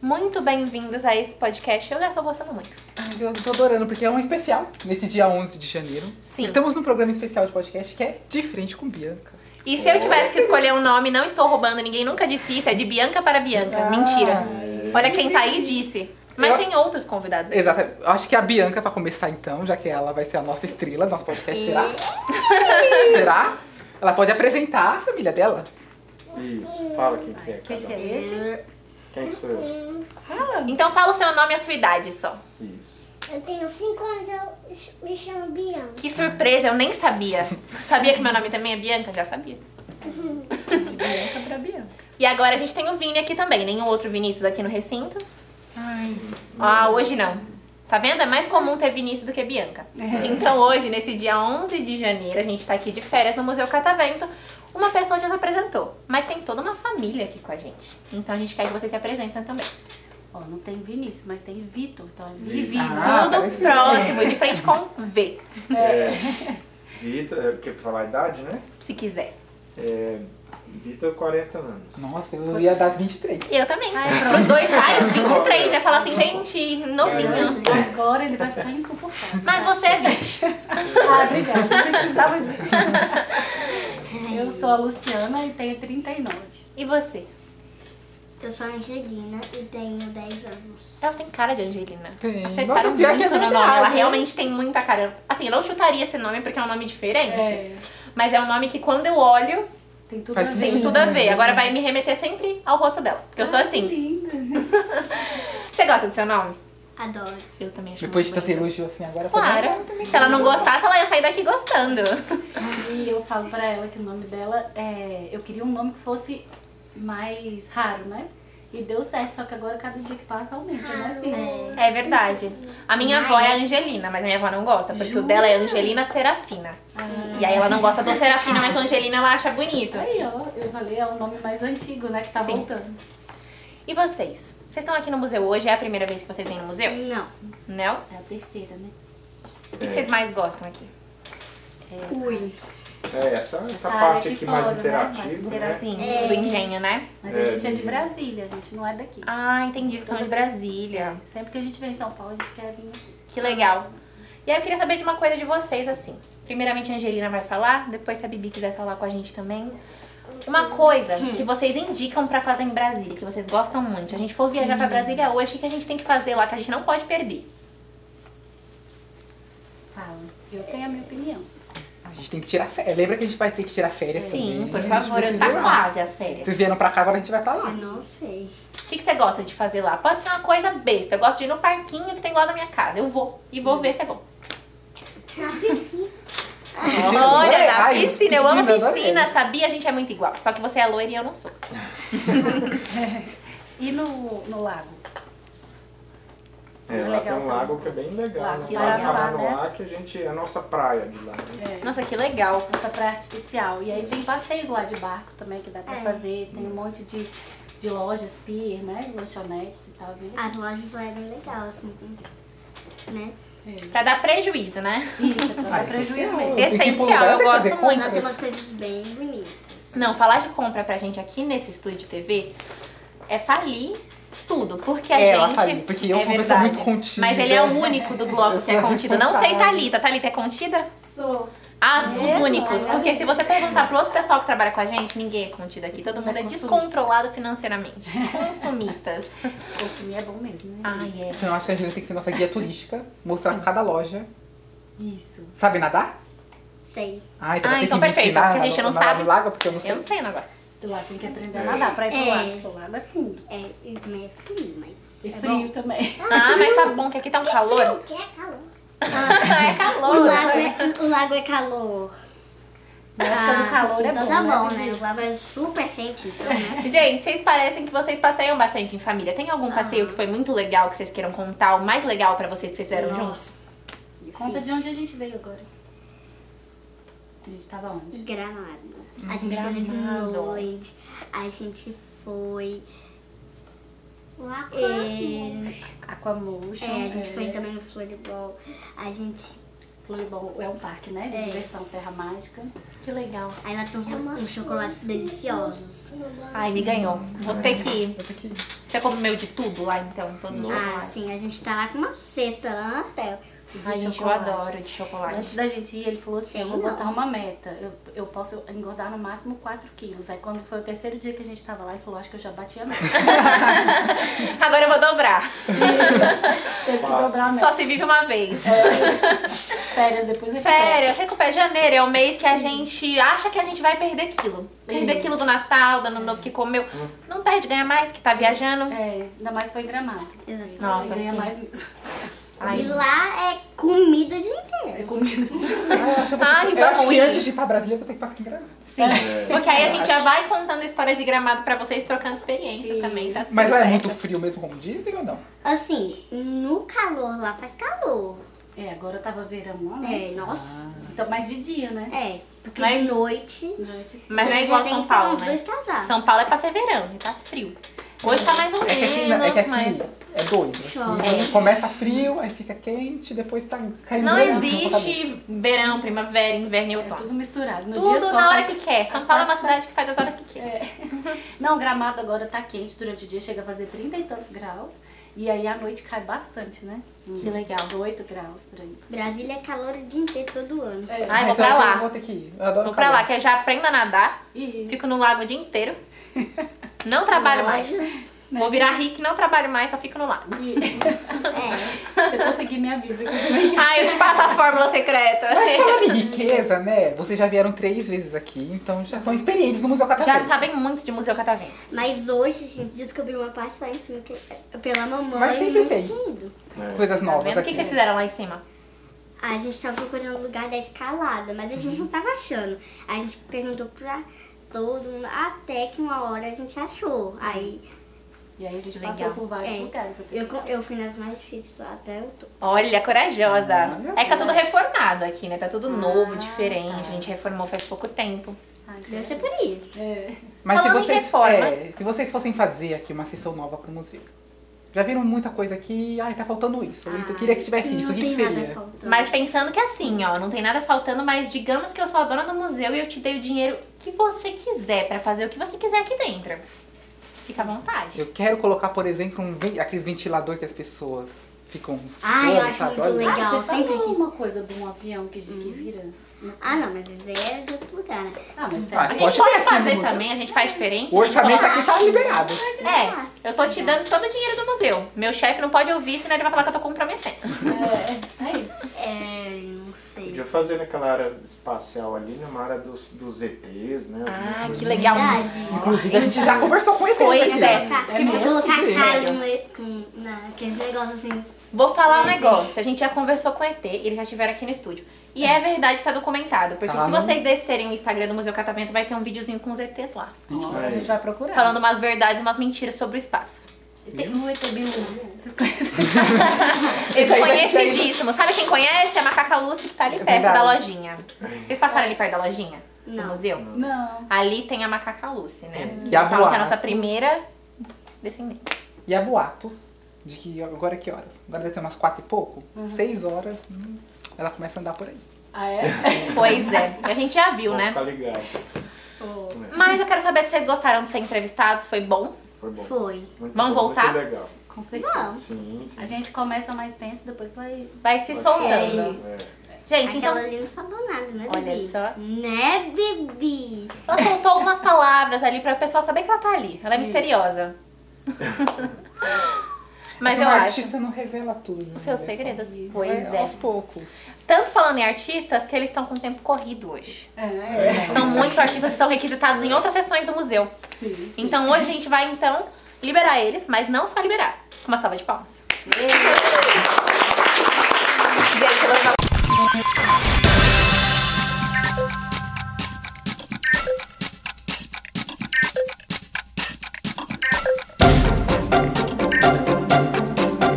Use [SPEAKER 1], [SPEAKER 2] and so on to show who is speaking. [SPEAKER 1] Muito bem-vindos a esse podcast. Eu já tô gostando muito.
[SPEAKER 2] Ai, Eu tô adorando, porque é um especial nesse dia 11 de janeiro.
[SPEAKER 1] Sim.
[SPEAKER 2] Estamos num programa especial de podcast que é De Frente com Bianca.
[SPEAKER 1] E se eu tivesse que escolher um nome, não estou roubando, ninguém nunca disse isso, é de Bianca para Bianca.
[SPEAKER 2] Ah.
[SPEAKER 1] Mentira. Olha quem tá aí disse. Mas
[SPEAKER 2] Eu-
[SPEAKER 1] tem outros convidados aí.
[SPEAKER 2] Exato. Acho que a Bianca, pra começar então, já que ela vai ser a nossa estrela do nosso podcast, será? será? Ela pode apresentar a família dela.
[SPEAKER 3] Isso, fala quem que é
[SPEAKER 1] Quem
[SPEAKER 3] cada
[SPEAKER 1] que
[SPEAKER 3] um.
[SPEAKER 1] é esse?
[SPEAKER 3] Quem que sou eu?
[SPEAKER 1] Então fala o seu nome e a sua idade só.
[SPEAKER 3] Isso.
[SPEAKER 4] Eu tenho 5 anos, eu me chamo Bianca.
[SPEAKER 1] Que surpresa, eu nem sabia. Sabia que meu nome também é Bianca? Já sabia.
[SPEAKER 5] Bianca pra Bianca.
[SPEAKER 1] E agora a gente tem o Vini aqui também, nenhum outro Vinícius aqui no recinto.
[SPEAKER 2] Ai,
[SPEAKER 1] Ah, hoje não. Tá vendo? É mais comum ter Vinícius do que Bianca.
[SPEAKER 2] É.
[SPEAKER 1] Então hoje, nesse dia 11 de janeiro, a gente tá aqui de férias no Museu Catavento. Uma pessoa já se apresentou, mas tem toda uma família aqui com a gente. Então a gente quer que vocês se apresentem também.
[SPEAKER 5] Ó, não tem Vinícius, mas tem Vitor, então é Vivi.
[SPEAKER 2] Ah,
[SPEAKER 1] Tudo
[SPEAKER 2] parece-
[SPEAKER 1] próximo, de frente com V,
[SPEAKER 3] É. Vitor, é porque pra falar a idade, né?
[SPEAKER 1] se quiser.
[SPEAKER 3] É, Vitor, 40 anos.
[SPEAKER 2] nossa, eu ia dar 23.
[SPEAKER 1] E Eu também. Os dois pais, 23, ia falar assim, gente, novinho.
[SPEAKER 5] Agora ele vai ficar insuportável.
[SPEAKER 1] Mas você é 20.
[SPEAKER 5] Ah, obrigada, não precisava disso. Eu sou a Luciana e tenho 39.
[SPEAKER 1] E você?
[SPEAKER 4] Eu sou a Angelina e tenho 10 anos.
[SPEAKER 1] Ela tem cara de Angelina.
[SPEAKER 2] Tem.
[SPEAKER 1] Acertaram
[SPEAKER 2] Nossa, pior
[SPEAKER 1] muito
[SPEAKER 2] que é
[SPEAKER 1] no nome.
[SPEAKER 2] verdade,
[SPEAKER 1] Ela
[SPEAKER 2] hein?
[SPEAKER 1] realmente tem muita cara. Assim, eu não chutaria esse nome porque é um nome diferente.
[SPEAKER 5] É,
[SPEAKER 1] Mas é um nome que quando eu olho,
[SPEAKER 5] tem tudo
[SPEAKER 2] Faz
[SPEAKER 5] a ver.
[SPEAKER 1] tem
[SPEAKER 2] Sim. Ah,
[SPEAKER 1] tudo a ver. Agora vai me remeter sempre ao rosto dela. Porque eu sou
[SPEAKER 5] Ai, que
[SPEAKER 1] assim.
[SPEAKER 5] linda.
[SPEAKER 1] Você gosta do seu nome?
[SPEAKER 4] Adoro.
[SPEAKER 1] Eu também acho
[SPEAKER 2] Depois de
[SPEAKER 1] muito
[SPEAKER 2] tanto
[SPEAKER 1] bonito.
[SPEAKER 2] elogio assim agora.
[SPEAKER 1] Claro. Se ela não gostasse, ela ia sair daqui gostando.
[SPEAKER 5] E eu falo pra ela que o nome dela é. Eu queria um nome que fosse mais raro, né? E deu certo, só que agora cada dia que passa aumenta, né? filha?
[SPEAKER 1] É verdade. A minha avó é Angelina, mas a minha avó não gosta, porque o dela é Angelina Serafina. E aí ela não gosta do Serafina, mas o Angelina ela acha bonito.
[SPEAKER 5] Aí, ó, eu falei, é um nome mais antigo, né? Que tá
[SPEAKER 1] é. Sim.
[SPEAKER 5] voltando.
[SPEAKER 1] E vocês? Vocês estão aqui no museu hoje? É a primeira vez que vocês vêm no museu?
[SPEAKER 4] Não.
[SPEAKER 1] Não?
[SPEAKER 5] É a terceira, né?
[SPEAKER 1] O que, que vocês mais gostam aqui?
[SPEAKER 5] Ui.
[SPEAKER 3] É, essa, essa
[SPEAKER 5] Essa
[SPEAKER 3] parte
[SPEAKER 5] área
[SPEAKER 3] aqui
[SPEAKER 5] aqui
[SPEAKER 3] mais
[SPEAKER 5] fora, né?
[SPEAKER 3] interativa,
[SPEAKER 5] Mais
[SPEAKER 3] né?
[SPEAKER 5] interativa.
[SPEAKER 1] Sim,
[SPEAKER 4] É.
[SPEAKER 1] do engenho, né?
[SPEAKER 5] Mas
[SPEAKER 3] É,
[SPEAKER 5] a gente é de
[SPEAKER 3] menino.
[SPEAKER 5] Brasília, a gente não é daqui.
[SPEAKER 1] Ah, entendi. São de Brasília.
[SPEAKER 5] Sempre que a gente vem em São Paulo, a gente quer vir aqui.
[SPEAKER 1] Que legal. E aí eu queria saber de uma coisa de vocês, assim. Primeiramente a Angelina vai falar, depois se a Bibi quiser falar com a gente também. Uma coisa que vocês indicam pra fazer em Brasília, que vocês gostam muito. Se a gente for viajar pra Brasília hoje, o que que a gente tem que fazer lá que a gente não pode perder?
[SPEAKER 5] Fala. Eu tenho a minha opinião.
[SPEAKER 2] A gente tem que tirar férias. Lembra que a gente vai ter que tirar férias
[SPEAKER 1] Sim,
[SPEAKER 2] também.
[SPEAKER 1] por
[SPEAKER 2] A gente
[SPEAKER 1] favor, eu
[SPEAKER 2] precisa ir
[SPEAKER 1] tá
[SPEAKER 2] lá.
[SPEAKER 1] quase as férias.
[SPEAKER 2] Vocês vieram pra cá, agora a gente vai pra lá.
[SPEAKER 4] Eu não sei.
[SPEAKER 1] O que, que você gosta de fazer lá? Pode ser uma coisa besta. Eu gosto de ir no parquinho que tem lá na minha casa. Eu vou e vou ver se é bom.
[SPEAKER 2] Piscina,
[SPEAKER 1] Olha,
[SPEAKER 2] adorei.
[SPEAKER 1] na
[SPEAKER 2] Ai,
[SPEAKER 1] piscina. Eu amo
[SPEAKER 2] piscina, adorei.
[SPEAKER 1] piscina, sabia? A gente é muito igual. Só que você é loira e eu não sou.
[SPEAKER 5] E no, no lago?
[SPEAKER 3] É, lá tem um lago que é bem legal.
[SPEAKER 5] Lago,
[SPEAKER 3] Né?
[SPEAKER 5] que
[SPEAKER 3] Lá,
[SPEAKER 1] legal,
[SPEAKER 3] lá no
[SPEAKER 5] né?
[SPEAKER 3] ar que a gente. É a nossa praia de lá. Né?
[SPEAKER 5] É.
[SPEAKER 1] Nossa, que legal.
[SPEAKER 5] Essa praia é artificial. E aí tem passeios lá de barco também que dá pra
[SPEAKER 4] É.
[SPEAKER 5] fazer. Tem um monte de, de lojas, pier, né? Lanchonetes e tal. viu?
[SPEAKER 4] As lojas lá eram legal, assim. Né?
[SPEAKER 1] Pra dar prejuízo, né?
[SPEAKER 5] Isso, é pra
[SPEAKER 2] Ah,
[SPEAKER 4] é
[SPEAKER 5] dar prejuízo
[SPEAKER 2] essencial. Tem que ir
[SPEAKER 5] mesmo.
[SPEAKER 2] pra um
[SPEAKER 1] Essencial,
[SPEAKER 2] lugar,
[SPEAKER 1] eu
[SPEAKER 2] tem que fazer
[SPEAKER 1] gosto
[SPEAKER 2] compra.
[SPEAKER 4] Lá tem umas coisas bem bonitas.
[SPEAKER 1] Não, falar de compra pra gente aqui nesse estúdio de TV é falir tudo, porque a
[SPEAKER 2] É, ela
[SPEAKER 1] gente.
[SPEAKER 2] falir, porque eu
[SPEAKER 1] é
[SPEAKER 2] sou uma pessoa
[SPEAKER 1] verdade.
[SPEAKER 2] muito contida.
[SPEAKER 1] Mas ele é o único do bloco que é
[SPEAKER 2] Eu sou
[SPEAKER 1] contido. Não sei
[SPEAKER 2] responsável.
[SPEAKER 1] Thalita. Thalita é contida?
[SPEAKER 5] Sou.
[SPEAKER 1] Ah, os
[SPEAKER 5] É,
[SPEAKER 1] únicos.
[SPEAKER 5] olha.
[SPEAKER 1] Porque se você perguntar pro outro pessoal que trabalha com a gente, ninguém é contido aqui. Todo
[SPEAKER 5] Não
[SPEAKER 1] mundo
[SPEAKER 5] é
[SPEAKER 1] é
[SPEAKER 5] consumista.
[SPEAKER 1] descontrolado financeiramente. Consumistas.
[SPEAKER 5] Consumir é bom mesmo, né?
[SPEAKER 4] Ah.
[SPEAKER 1] Ai, é.
[SPEAKER 2] Então eu acho que a gente tem que ser nossa guia turística, mostrar cada loja.
[SPEAKER 5] Isso.
[SPEAKER 2] Sabe nadar?
[SPEAKER 4] Sei.
[SPEAKER 2] Ah, então
[SPEAKER 1] Ah,
[SPEAKER 2] vai ter
[SPEAKER 1] então
[SPEAKER 2] que me
[SPEAKER 1] perfeito,
[SPEAKER 2] ensinar
[SPEAKER 1] porque a
[SPEAKER 2] na-
[SPEAKER 1] gente não
[SPEAKER 2] na- na-
[SPEAKER 1] sabe.
[SPEAKER 2] no lago, porque eu não sei.
[SPEAKER 1] Eu não sei nadar.
[SPEAKER 5] E lá tem que aprender a
[SPEAKER 3] É.
[SPEAKER 5] nadar pra ir pro
[SPEAKER 4] É.
[SPEAKER 5] lago. Porque o lago é fundo.
[SPEAKER 4] É, e também é frio, mas.
[SPEAKER 5] E
[SPEAKER 1] É
[SPEAKER 5] frio também.
[SPEAKER 1] Ah, mas tá bom que aqui tá um calor.
[SPEAKER 4] que é calor.
[SPEAKER 1] é
[SPEAKER 4] O
[SPEAKER 5] tá
[SPEAKER 1] calor.
[SPEAKER 4] lago é, o lago é calor.
[SPEAKER 5] Mas pelo calor é
[SPEAKER 4] então
[SPEAKER 5] bom.
[SPEAKER 4] tá
[SPEAKER 5] né,
[SPEAKER 4] bom,
[SPEAKER 5] Vivi?
[SPEAKER 4] né? O lago é super quente, então, né?
[SPEAKER 1] Gente, vocês parecem que vocês passeiam bastante em família. Tem algum
[SPEAKER 5] Ah.
[SPEAKER 1] passeio que foi muito legal que vocês queiram contar? O mais legal pra vocês que vocês fizeram juntos?
[SPEAKER 5] Nossa. Conta de onde a gente veio agora. A gente tava
[SPEAKER 1] Hum.
[SPEAKER 5] onde?
[SPEAKER 4] Gramado. A gente foi no
[SPEAKER 1] Gramado.
[SPEAKER 4] Snow Lodge, a gente foi O Aquaman.
[SPEAKER 5] Aquamotion.
[SPEAKER 4] É, a gente
[SPEAKER 5] é,
[SPEAKER 4] foi também no Floribol. A gente.
[SPEAKER 5] Floribol é um parque, né? De
[SPEAKER 4] É.
[SPEAKER 5] diversão, terra mágica.
[SPEAKER 1] Que legal.
[SPEAKER 4] Aí lá tem uns, uns chocolates deliciosos.
[SPEAKER 1] Ai, me ganhou. Vou ter que ir.
[SPEAKER 2] Eu tenho que ir.
[SPEAKER 1] Você comeu de tudo lá, então? Todos os
[SPEAKER 4] Ah,
[SPEAKER 1] chocolates?
[SPEAKER 4] sim, a gente tá lá com uma cesta lá no hotel.
[SPEAKER 5] de
[SPEAKER 1] Ai, gente, eu
[SPEAKER 5] chocolate.
[SPEAKER 1] adoro de chocolate.
[SPEAKER 5] Antes da gente ir, ele falou assim, eu vou
[SPEAKER 4] Sim, não.
[SPEAKER 5] botar uma meta. Eu, eu posso engordar no máximo 4 quilos. Aí quando foi o terceiro dia que a gente tava lá, ele falou, acho que eu já bati a meta.
[SPEAKER 1] Agora eu vou dobrar.
[SPEAKER 5] Teve que dobrar a meta.
[SPEAKER 1] Só se vive uma vez.
[SPEAKER 5] É. Férias, depois ele
[SPEAKER 1] Férias, recupera janeiro, é o mês que a gente acha que a gente vai perder quilo. Perder
[SPEAKER 5] Sim.
[SPEAKER 1] quilo do Natal, do ano novo que comeu. Não perde, ganha mais que tá viajando.
[SPEAKER 5] É, ainda mais foi em Gramado.
[SPEAKER 4] Exatamente.
[SPEAKER 1] Nossa,
[SPEAKER 5] Aí ganha
[SPEAKER 1] sim.
[SPEAKER 5] mais mesmo.
[SPEAKER 1] Ai,
[SPEAKER 4] E lá é comida o dia
[SPEAKER 5] É
[SPEAKER 4] inteiro.
[SPEAKER 5] comida.
[SPEAKER 2] Ah, eu,
[SPEAKER 1] Ah, e
[SPEAKER 2] eu acho que
[SPEAKER 1] vamos ir.
[SPEAKER 2] antes de ir pra Brasília, eu vou ter que passar em Gramado.
[SPEAKER 1] sim.
[SPEAKER 2] É.
[SPEAKER 1] Porque aí a gente já vai contando a história de gramado pra vocês, trocando experiências
[SPEAKER 5] Sim.
[SPEAKER 1] também, tá?
[SPEAKER 2] Mas
[SPEAKER 1] tudo
[SPEAKER 2] lá é
[SPEAKER 1] certo.
[SPEAKER 2] muito frio mesmo, como dizem ou não?
[SPEAKER 4] Assim, no calor lá faz calor.
[SPEAKER 5] É, agora tava verão lá, né?
[SPEAKER 4] É, nossa.
[SPEAKER 5] Então, mas de dia, né?
[SPEAKER 4] É, porque
[SPEAKER 1] Ah. Mas-
[SPEAKER 4] de noite.
[SPEAKER 5] Noite, sim.
[SPEAKER 1] Mas não é
[SPEAKER 4] você
[SPEAKER 1] igual
[SPEAKER 4] já tem
[SPEAKER 1] São
[SPEAKER 4] que pôr
[SPEAKER 1] Paulo,
[SPEAKER 4] uns
[SPEAKER 1] né?
[SPEAKER 4] dois casacos.
[SPEAKER 1] São Paulo é pra ser verão, e tá frio. Hoje tá mais ou
[SPEAKER 2] É que aqui, não-
[SPEAKER 1] menos,
[SPEAKER 2] é, que aqui
[SPEAKER 1] mas.
[SPEAKER 2] é doido. Aqui
[SPEAKER 4] Chove.
[SPEAKER 2] começa frio, aí fica quente, depois tá caindo.
[SPEAKER 1] Não
[SPEAKER 2] granizo na sua cabeça.
[SPEAKER 1] existe verão, primavera, inverno e
[SPEAKER 5] É
[SPEAKER 1] outono.
[SPEAKER 5] tudo misturado. No dia
[SPEAKER 1] Tudo
[SPEAKER 5] só
[SPEAKER 1] na hora
[SPEAKER 5] faz-
[SPEAKER 1] que quer. São
[SPEAKER 5] as
[SPEAKER 1] Paulo é uma
[SPEAKER 5] partes
[SPEAKER 1] cidade que faz as horas que quer.
[SPEAKER 5] Não, Gramado agora tá quente durante o dia, chega a fazer 30 e tantos graus. E aí à noite cai bastante, né? Uns
[SPEAKER 1] Que legal.
[SPEAKER 5] 18 graus por aí.
[SPEAKER 4] Brasília é calor o dia inteiro, todo ano.
[SPEAKER 5] É.
[SPEAKER 1] Ai,
[SPEAKER 2] Ah,
[SPEAKER 1] vou
[SPEAKER 2] então
[SPEAKER 1] pra
[SPEAKER 2] eu
[SPEAKER 1] lá.
[SPEAKER 2] vou ter que ir. Eu adoro
[SPEAKER 1] Vou pra lá,
[SPEAKER 2] calor.
[SPEAKER 1] que eu já aprendo a nadar.
[SPEAKER 5] E
[SPEAKER 1] Fico no lago o dia inteiro. Não trabalho mais.
[SPEAKER 2] né?
[SPEAKER 1] Vou virar rica e não trabalho mais, só fico no lago.
[SPEAKER 4] É,
[SPEAKER 5] você conseguir me avisa que eu também
[SPEAKER 1] Ah, eu te passo a fórmula secreta.
[SPEAKER 2] Mas falando em riqueza, né? Vocês já vieram três vezes aqui, então já estão experientes no Museu
[SPEAKER 1] Já
[SPEAKER 2] Catavento.
[SPEAKER 1] sabem muito de Museu Catavento.
[SPEAKER 4] mas hoje a gente descobriu uma parte lá em cima que é pela mamãe.
[SPEAKER 2] Mas sempre
[SPEAKER 4] não
[SPEAKER 2] tem.
[SPEAKER 4] tinha ido.
[SPEAKER 3] É.
[SPEAKER 2] Coisas
[SPEAKER 1] Tá
[SPEAKER 2] novas
[SPEAKER 1] vendo? O
[SPEAKER 2] aqui.
[SPEAKER 1] que, que vocês fizeram lá em cima?
[SPEAKER 4] A gente tava procurando o lugar da escalada, mas a
[SPEAKER 2] Uhum.
[SPEAKER 4] gente não tava achando. A gente perguntou pra todo mundo, até que uma hora a gente achou. Aí
[SPEAKER 5] E aí a gente
[SPEAKER 1] Legal.
[SPEAKER 5] passou por vários
[SPEAKER 4] É.
[SPEAKER 5] lugares. até
[SPEAKER 4] eu,
[SPEAKER 5] chegar.
[SPEAKER 4] eu fui nas mais difíceis lá até eu tô.
[SPEAKER 1] Olha, corajosa.
[SPEAKER 2] Olha Ah, tá.
[SPEAKER 1] É que tá tudo reformado aqui, né? Tá tudo novo, diferente. A gente reformou faz pouco tempo.
[SPEAKER 5] Ai, que
[SPEAKER 4] Deve ser por
[SPEAKER 5] delícia.
[SPEAKER 4] isso.
[SPEAKER 5] É.
[SPEAKER 2] Mas se
[SPEAKER 1] Falando em
[SPEAKER 2] vocês,
[SPEAKER 1] reforma.
[SPEAKER 2] é, se vocês fossem fazer aqui uma sessão nova pro museu, já viram muita coisa aqui, ai, tá faltando isso. Eu queria que tivesse isso. O
[SPEAKER 4] Não
[SPEAKER 2] que, que
[SPEAKER 4] tem nada
[SPEAKER 2] seria?
[SPEAKER 4] faltando.
[SPEAKER 1] Mas pensando que assim, ó, não tem nada faltando, mas digamos que eu sou a dona do museu e eu te dei o dinheiro que você quiser pra fazer o que você quiser aqui dentro. Fica à vontade.
[SPEAKER 2] Eu quero colocar, por exemplo, um, ven- aqueles ventiladores que as pessoas ficam.
[SPEAKER 4] Ai, eu
[SPEAKER 2] ficando,
[SPEAKER 4] acho
[SPEAKER 2] sabe?
[SPEAKER 4] muito
[SPEAKER 2] Olha.
[SPEAKER 4] legal.
[SPEAKER 5] Ah, você
[SPEAKER 4] sempre
[SPEAKER 5] falou
[SPEAKER 4] quis.
[SPEAKER 5] uma coisa de um avião que, que vira.
[SPEAKER 4] Ah, não, mas isso daí é de outro lugar, né?
[SPEAKER 5] Ah, mas
[SPEAKER 2] Ah,
[SPEAKER 1] A gente
[SPEAKER 5] sério.
[SPEAKER 1] pode
[SPEAKER 2] Pode ver aqui no
[SPEAKER 1] fazer
[SPEAKER 2] museu.
[SPEAKER 1] também, a gente faz diferente.
[SPEAKER 2] O
[SPEAKER 1] a gente
[SPEAKER 2] orçamento
[SPEAKER 1] coloca-
[SPEAKER 2] aqui tá liberado.
[SPEAKER 4] Ah,
[SPEAKER 1] É, eu tô te dando todo o dinheiro do museu. Meu chefe não pode ouvir, senão ele vai falar que eu tô comprometendo.
[SPEAKER 5] É. Aí,
[SPEAKER 4] É, não sei.
[SPEAKER 3] Podia fazer naquela área espacial ali, numa área dos, dos ETs, né?
[SPEAKER 1] Ah,
[SPEAKER 3] Alguma coisa
[SPEAKER 2] Hum.
[SPEAKER 1] que legal.
[SPEAKER 4] Verdade.
[SPEAKER 2] Inclusive, a gente tá- já conversou com né? ele.
[SPEAKER 1] Pois é.
[SPEAKER 4] Colocar,
[SPEAKER 5] É mesmo?
[SPEAKER 4] colocar
[SPEAKER 2] Sim.
[SPEAKER 4] calho no- com, na, aqueles negócios assim.
[SPEAKER 1] Vou falar um negócio. A gente já conversou com o ET, eles já estiveram aqui no estúdio. E é verdade, tá documentado. Porque
[SPEAKER 2] Tá
[SPEAKER 1] se
[SPEAKER 2] no-
[SPEAKER 1] vocês descerem o Instagram do Museu Catavento, vai ter um videozinho com os ETs lá.
[SPEAKER 5] a gente vai
[SPEAKER 2] É.
[SPEAKER 5] procurar.
[SPEAKER 1] Falando umas verdades e umas mentiras sobre o espaço.
[SPEAKER 5] Tem um ET Bilu. Vocês conhecem?
[SPEAKER 1] Eles
[SPEAKER 2] Isso aí vai ser-
[SPEAKER 1] conhecidíssimos. Sabe quem conhece? É a Macaca Lúcia que tá ali
[SPEAKER 2] É
[SPEAKER 1] perto
[SPEAKER 2] verdade.
[SPEAKER 1] da lojinha. Vocês passaram ali perto da lojinha? Do
[SPEAKER 4] Não.
[SPEAKER 1] museu?
[SPEAKER 5] Não.
[SPEAKER 1] Ali tem a Macaca Lucy, né?
[SPEAKER 2] É.
[SPEAKER 1] Eles
[SPEAKER 2] E a
[SPEAKER 1] falam que é a
[SPEAKER 2] Boatos.
[SPEAKER 1] nossa primeira descendente.
[SPEAKER 2] E há boatos de que agora é que horas? Agora deve ser umas quatro e pouco? Seis horas, hum, ela começa a andar por aí.
[SPEAKER 5] Ah, é?
[SPEAKER 1] Pois é, a gente já viu,
[SPEAKER 3] Vamos
[SPEAKER 1] né?
[SPEAKER 3] assim. Ficar ligado.
[SPEAKER 5] Ô,
[SPEAKER 1] Mas eu quero saber se vocês gostaram de ser entrevistados, foi bom?
[SPEAKER 3] Foi bom.
[SPEAKER 4] Foi.
[SPEAKER 3] Muito
[SPEAKER 1] Vamos
[SPEAKER 3] bom,
[SPEAKER 1] voltar?
[SPEAKER 3] Muito legal.
[SPEAKER 5] Com certeza.
[SPEAKER 3] Sim, sim.
[SPEAKER 5] A gente começa mais tenso, depois vai.
[SPEAKER 1] Vai se
[SPEAKER 3] Pode
[SPEAKER 1] soltando.
[SPEAKER 3] É.
[SPEAKER 1] Gente, então
[SPEAKER 4] Aquela ali não falou nada, né,
[SPEAKER 1] Olha
[SPEAKER 4] Bibi?
[SPEAKER 1] só.
[SPEAKER 4] Né, Bibi?
[SPEAKER 1] ela soltou algumas palavras ali pra pessoa saber que ela tá ali. Ela é misteriosa. Mas
[SPEAKER 2] Porque
[SPEAKER 5] É
[SPEAKER 1] eu
[SPEAKER 2] um
[SPEAKER 1] acho.
[SPEAKER 2] artista não revela tudo. né, de uma
[SPEAKER 1] Os seus
[SPEAKER 2] vez só.
[SPEAKER 1] segredos?
[SPEAKER 5] Isso,
[SPEAKER 1] Pois
[SPEAKER 2] Aos
[SPEAKER 1] é.
[SPEAKER 2] poucos.
[SPEAKER 1] Tanto falando em artistas que eles estão com o tempo corrido hoje.
[SPEAKER 5] É, é.
[SPEAKER 1] São muitos artistas que são requisitados em outras sessões do museu.
[SPEAKER 5] Sim.
[SPEAKER 1] Então hoje a gente vai então liberar eles, mas não só liberar, com uma salva de palmas. Gente, eu vou falar-